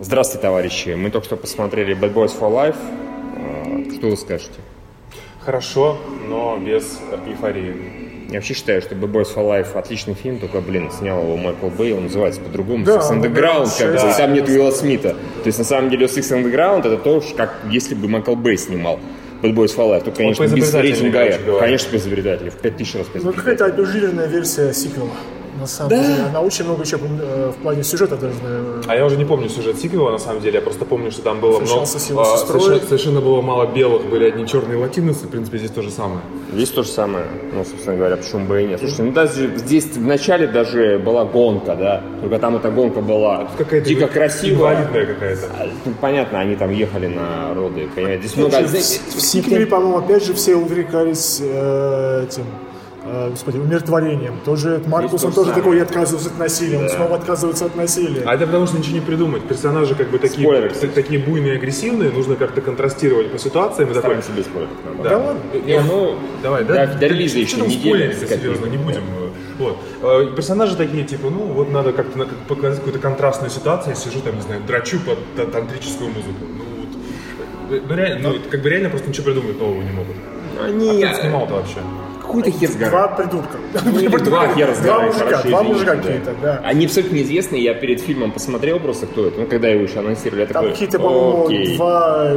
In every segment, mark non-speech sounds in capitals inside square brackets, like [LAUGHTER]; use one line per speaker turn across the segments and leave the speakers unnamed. Здравствуйте, товарищи. Мы только что посмотрели Bad Boys for Life. Э, Что вы скажете?
Хорошо, но без эйфории.
Я вообще считаю, что Bad Boys for Life отличный фильм, только, блин, снял его Майкл Бэй, он называется по-другому,
Да,
Six
он
Underground,
Underground
как бы, и
шесть.
там нет Уилла Смита. То есть, на самом деле, Six Underground это то, ж, как если бы Майкл Бэй снимал Bad Boys for Life, только, конечно, без
поизобретательнее,
рейтинга
короче
R.
говоря.
Конечно, поизобретатель, в 5000 раз
Ну,
поизобретатель.
какая-то обезжиренная версия сиквела. На самом деле, она очень много чего э, в плане сюжета даже. э,
А я уже не помню сюжет сиквела, на самом деле, я просто помню, что там было много...
Встречался с его
а,
сестрой.
совершенно, совершенно было мало белых, были одни черные латиносы, в принципе, здесь то же самое.
Здесь то же самое, ну, собственно говоря, почему бы и нет. Слушайте, ну даже здесь в начале даже была гонка, да, только там эта гонка была
Какая-то
дико
инвалид-
красивая.
Инвалидная какая-то.
А, ну, понятно, они там ехали на роды, понимаете. Здесь много...
в, Ну в сиквеле, по-моему, опять же все увлекались э, этим, э, господи, умиротворением. Тоже Маркус,
то
он
же
тоже
самое.
такой, я отказываюсь от насилия, он снова отказывается от насилия.
А это потому что ничего не придумать. Персонажи как бы такие,
Спойлер,
так-
кстати.
такие буйные, агрессивные, нужно как-то контрастировать по ситуациям. И
Ставим
такой,
себе спойлер.
да,
ладно.
Не, ну, давай, да?
Да, до релиза еще
Что там
неделя,
спойлерить,
искать
серьезно, не
нужно.
будем. Вот. Э, Персонажи такие, типа, ну, вот надо как-то на- показать какую-то контрастную ситуацию. Я сижу там, не знаю, драчу под та- тантрическую музыку. Ну, вот. Ну, реально, ну, как бы реально просто ничего придумать нового не могут. А
Они...
кто это снимал-то вообще?
Какой-то хер с горы.
Два придурка.
Ну, Два хера с
Два
горы,
мужика,
хорошо,
два
извините, да.
мужика
А
какие-то, да.
Они абсолютно неизвестные, я перед фильмом посмотрел просто, кто это, ну, когда его еще анонсировали, я
Там
такой,
какие-то, по-моему,
окей.
два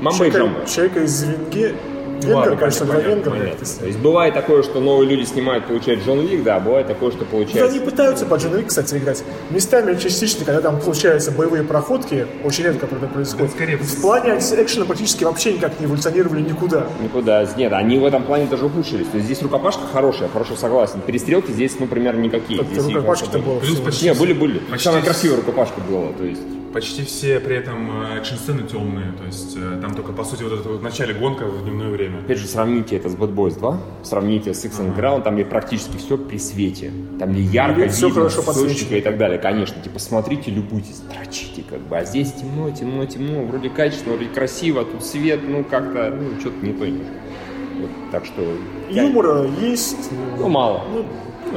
Мамба и Джамба.
человека, человека из Венге. Венгер,
ладно,
кажется, два
понятно,
венгера.
Понятно. То есть бывает такое, что новые люди снимают, получают Джон Вик, да, а бывает такое, что
Ну, Да,
получается...
они пытаются по Джон Уик, кстати, играть. Местами частично, когда там получаются боевые проходки, очень редко это происходит.
Да, скорее,
в плане экшена практически вообще никак не эволюционировали никуда.
Никуда. Нет, они в этом плане даже ухудшились. То есть здесь рукопашка хорошая, хорошо согласен. Перестрелки здесь, ну, примерно никакие. Здесь их
Рукопашки-то
особо-
было
Плюс
всего.
почти-
Не, были, были.
Почти
Самая
с-
красивая рукопашка была, то есть.
Почти все при этом э, экшн-сцены темные, то есть э, там только, по сути, вот это вот в начале гонка в дневное время.
Опять же, сравните это с Bad Boys 2, сравните с Six and Ground, там где практически все при свете. Там не ярко,
Везде всё
видно,
хорошо
сочненько
подсвечено.
и так далее. Конечно, типа смотрите, любуйтесь, дрочите как бы. А здесь темно, темно, темно, вроде качественно, вроде красиво, тут свет, ну как-то, ну что-то не то немножко. Вот, так что... я-
Юмора есть.
Ну, мало. Ну,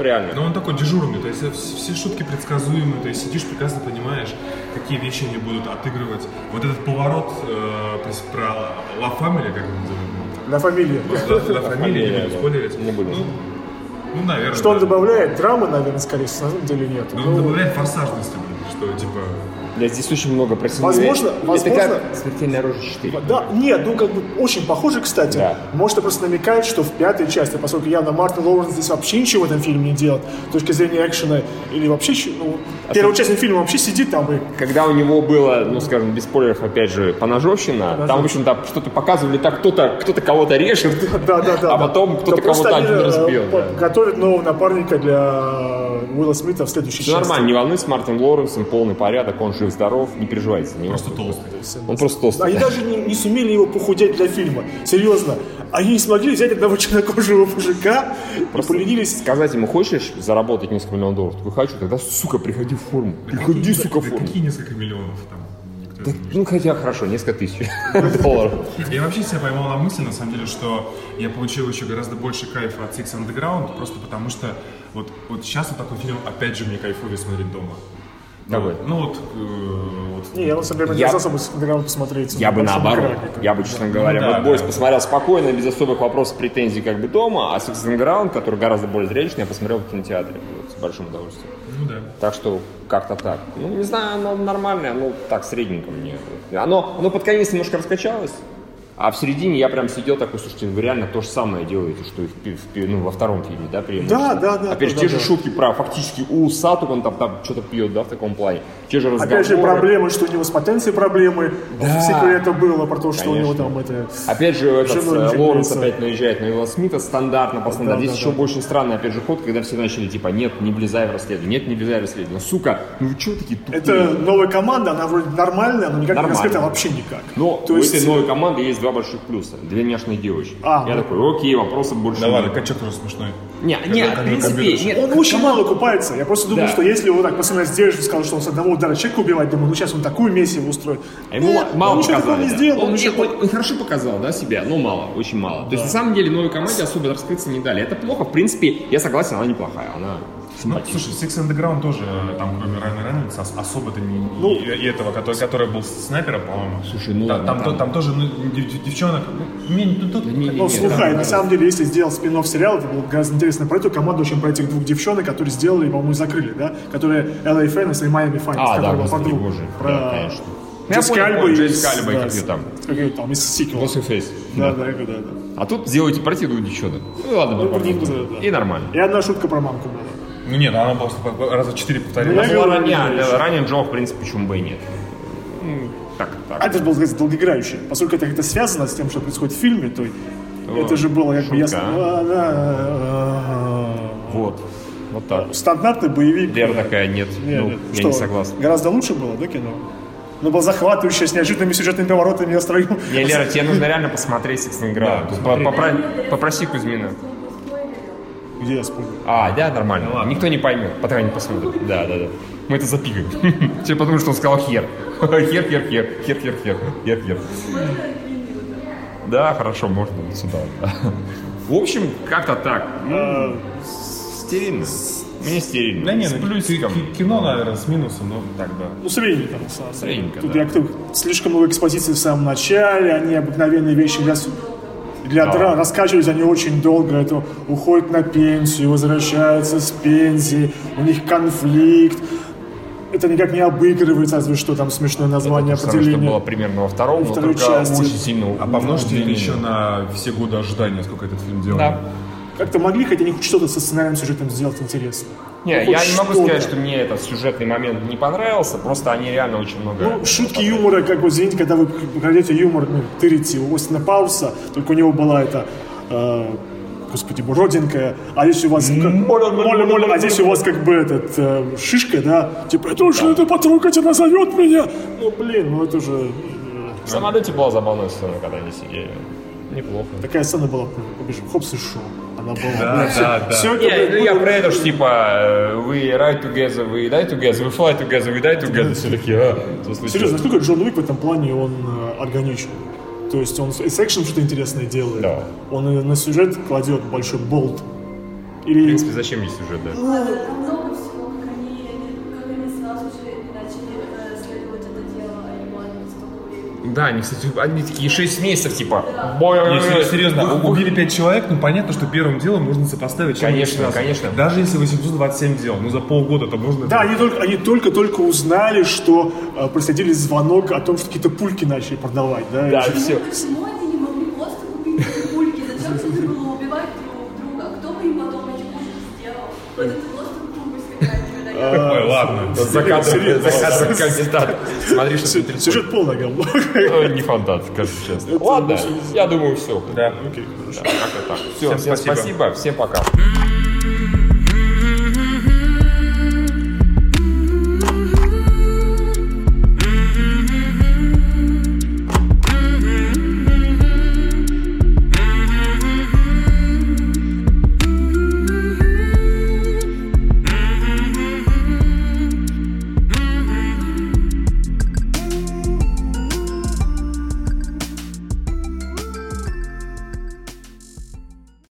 реально.
Но он такой дежурный, то есть э, вс- все шутки предсказуемы, то есть сидишь, прекрасно понимаешь, какие вещи они будут отыгрывать. Вот этот поворот э, то есть про La Family, как его называют?
На фамилии.
Просто La- La Family, не
Familia,
буду
да.
спойлерить.
Не будем.
Ну, Ну, наверное.
Что он
да.
добавляет? Драмы, наверное, скорее всего, на самом деле нет.
Ну, он добавляет форсажности, блин, что типа...
Да, здесь очень много про семью.
Возможно,
это
возможно-
как «Смертельная рожа 4».
Да, нет, ну как бы очень похоже, кстати.
Да.
Может, это просто намекает, что в пятой части, поскольку явно Мартин Лоуренс здесь вообще ничего в этом фильме не делает, с точки зрения экшена, или вообще, щ- ну, первый участник фильма вообще сидит там и
Когда у него было, ну, скажем, без спойлеров, опять же, поножовщина, там, в общем-то, что-то показывали, так кто-то кто кого-то режет,
Да, да, да.
а потом
да.
кто-то
Да просто
кого-то
они,
один
э,
разбил.
по-
да.
Готовят нового напарника для Уилла Смита в следующей
Все
части.
нормально, не волнуйся, с Мартин Лоуренсом полный порядок, он жив-здоров, не переживайте за него.
Просто толстый.
Он просто толстый.
Они даже не, не сумели его похудеть для фильма. Серьезно. Они не смогли взять одного [LAUGHS] чернокожего мужика и поленились.
Сказать ему, хочешь заработать несколько миллионов долларов? Такой, хочу, тогда, сука, приходи в форму. Приходи, сука, в
А Да
форму.
Какие несколько миллионов там? никто не
Так, Ну, хотя, хорошо, несколько тысяч [LAUGHS] долларов.
Я вообще себя поймал на мысли, на самом деле, что я получил еще гораздо больше кайфа от Six Underground, просто потому что вот, вот сейчас вот такой фильм, опять же, мне кайфовее смотреть дома.
Какой?
Ну, вот, э, вот.
Не, я на самом деле
Я-
не особо с Underground посмотреть.
Я бы
На большом
наоборот.
экране.
Я бы, честно говоря,
да,
Bad Boys
да.
посмотрел спокойно, без особых вопросов, претензий как бы дома, а Six and Ground, который гораздо более зрелищный, я посмотрел в кинотеатре вот, с большим удовольствием.
Ну да.
Так что как-то так. Ну, не знаю, оно нормальное, оно так средненько мне. Оно, оно под конец немножко раскачалось, а в середине я прям сидел такой, слушайте, вы реально то же самое делаете, что и в пи- в пи- ну, во втором фильме, да, преимущественно.
Да, да, да,
Опять же,
да,
те
да,
же
да.
шутки про фактически у Сату, он там, там что-то пьет, да, в таком плане. Те же разговоры.
Опять же, проблемы, что у него с потенцией проблемы.
Да.
Все это было про то, что у него
Конечно.
там это...
Опять же, этот,
Жену
э,
не
Лоуренс
женится.
опять наезжает на Уилла Смита стандартно по стандарту.
Да,
Здесь
да,
еще
да.
больше странный, опять же, ход, когда все начали, типа, нет, не влезай в расследование, нет, не влезай в расследование. Сука, ну вы чего такие тупые?
Это новая команда, она вроде нормальная, но никак не
Нормально. Ну,
раскрыта вообще никак.
Но
то
у
есть...
этой новой команды есть два больших плюса. Две няшные девочки.
А,
Я
ну.
такой, окей, вопросов больше
Да ладно,
нет.
качок тоже смешной.
Не, не, в принципе, нет,
Он очень мало купается. Я просто думал,
Да.
что если его так пацаны сдержат, скажут, что он с одного удара человека убивает, думаю, ну сейчас он такую миссию устроит.
А ему
Нет,
ма- мало
он ничего
показали,
такого не
да.
сделал.
Он,
Он, еще...
не- он- он хорошо показал, да, себя, но мало, очень мало. То есть, на самом деле, новой команде особо раскрыться не дали. Это плохо. В принципе, я согласен, она неплохая. Она
Ну,
симпатичный.
слушай, Six Underground тоже, э, там, кроме Райана Рейнольдса, ос- особо-то не... и, и этого, который, который был с- снайпером, по-моему.
Ну. Слушай, ну
Та-
ладно,
там,
там-
то- там тоже, ну, дев- дев- девчонок... ну, не- ну, тут-
Не- не-
Ну,
не,
слухай,
там-
на самом деле, если сделал спин сериал, это было бы гораздо интересно про эту команду, чем про этих двух девчонок, которые сделали, по-моему, и закрыли, да? Которые LA Fans и Miami
А,
Finance,
да,
которая была
господи
подруга.
боже.
Про
Да, конечно. Ну, Я
Джессика
понял,
Альба
понял,
и
Джессика Альба и
да,
как
с-
её там.
Как ее там, из сиквела.
Ghostface.
Да, да, да, да. да.
А тут сделайте противную девчонок. Ну ладно,
Ну,
попробуем.
да, да.
И нормально.
И одна шутка про мамку была.
Ну, нет, она просто по- по- раза четыре повторила.
Ну,
Ну,
говорю,
ранее,
конечно.
да, ранее Джо, в принципе, почему бы и нет. М, Так, так.
это же было, сказать, долгоиграюще. Поскольку это как-то связано с тем, что происходит в фильме, то это же было как бы
шутка,
ясно.
а?
А, да, а,
Вот. Вот так.
а. Стандартный боевик.
Лера такая, нет,
Не,
ну,
нет,
я
что,
не согласен.
Гораздо лучше было, да, кино? Но было захватывающее, с неожиданными сюжетными поворотами я строил.
Не, Лера, тебе нужно реально посмотреть Six Underground. По- попра- Попроси Кузьмина.
Где я вспомнил?
А, да, нормально. Никто не поймет, пока не посмотрит. Да, да, да. Мы это запикаем. [LAUGHS] Все потому что он сказал хер. [LAUGHS] Хер, хер, хер, хер, хер, хер, хер, хер. Да, хорошо, можно вот сюда. да. [LAUGHS] В общем, как-то так.
А,
Ну, Стерильно. Мне стерильно.
Да не,
С
ну,
плюсиком.
ки- кино, наверное, с минусом, ну, так, да.
Ну, средненько, на самом деле.
Средненько,
Тут
да.
я как-то слишком много экспозиции в самом начале, они обыкновенные вещи для, с- для
Да.
дра раскачивались они очень долго, это уходит на пенсию, возвращается с пенсии, у них конфликт, это никак не обыгрывается, разве что там смешное название
То же самое, что
определения.
было примерно во втором, но
второй
только
части.
очень сильно
А помножьте это
удлинили.
еще на все годы ожидания, сколько этот фильм делал.
Да.
Как-то могли хотя бы хоть что-то со сценарием, сюжетом сделать интересно.
Не,
Ну, хоть
я не могу
что-то.
сказать, что мне этот сюжетный момент не понравился, просто они реально очень много...
Ну, шутки юмора, как бы, извините, когда вы крадете юмор, ну, тырите у Остина Пауса, только у него была эта, э, господи, боже, родинка, а здесь у вас... как-
М-м-м.
Моля, моля, а здесь у вас как бы этот, э, шишка, да? Типа, это уж это потрогать, она зовет меня. Ну, блин, ну это же... э,
В самолете была забавная сцена, когда они сидели. Неплохо.
Такая сцена была, побежим, хопс и шоу. Она была...
Да, да, да.
Все
Не, ну я про это ж типа э, We ride together, we die together, we fly together, we die together. Все такие, а, что случилось?
Серьезно, насколько Джон Уик в этом плане он э, органичен? То есть он с экшен что-то интересное делает.
Да.
Он э, на сюжет кладет большой болт. Или
В принципе, зачем есть сюжет даже?
Там много всего, как они, как они сразу же начали э, следовать это дело, а ему от столько времени.
Да, они, кстати, они такие 6 месяцев, типа.
Не, сер- серьезно,
Ух,
у- убили пять человек, ну понятно, что первым делом нужно сопоставить. чем
Конечно,
18.
конечно.
Даже если 827 дел, ну за полгода там нужно...
Да, они только, они только-только узнали, что э, происходили звонок о том, что какие-то пульки начали продавать, да?
Да,
И-
все.
Почему они не могли просто купить эти пульки? Зачем нужно было убивать друг друга? Кто бы им потом эти пульки сделал? Вот это просто тупость какая-то, наверное.
Ой,
[LAUGHS]
ладно.
За кадром,
Серьезно.
за кадром кандидат. Смотри, что ты
Сю- Сюжет полное говно.
Ой, Не фантаз, скажу честно. Ладно, я думаю, все.
Да.
Как-то так. Все, всем
спасибо.
спасибо, всем пока.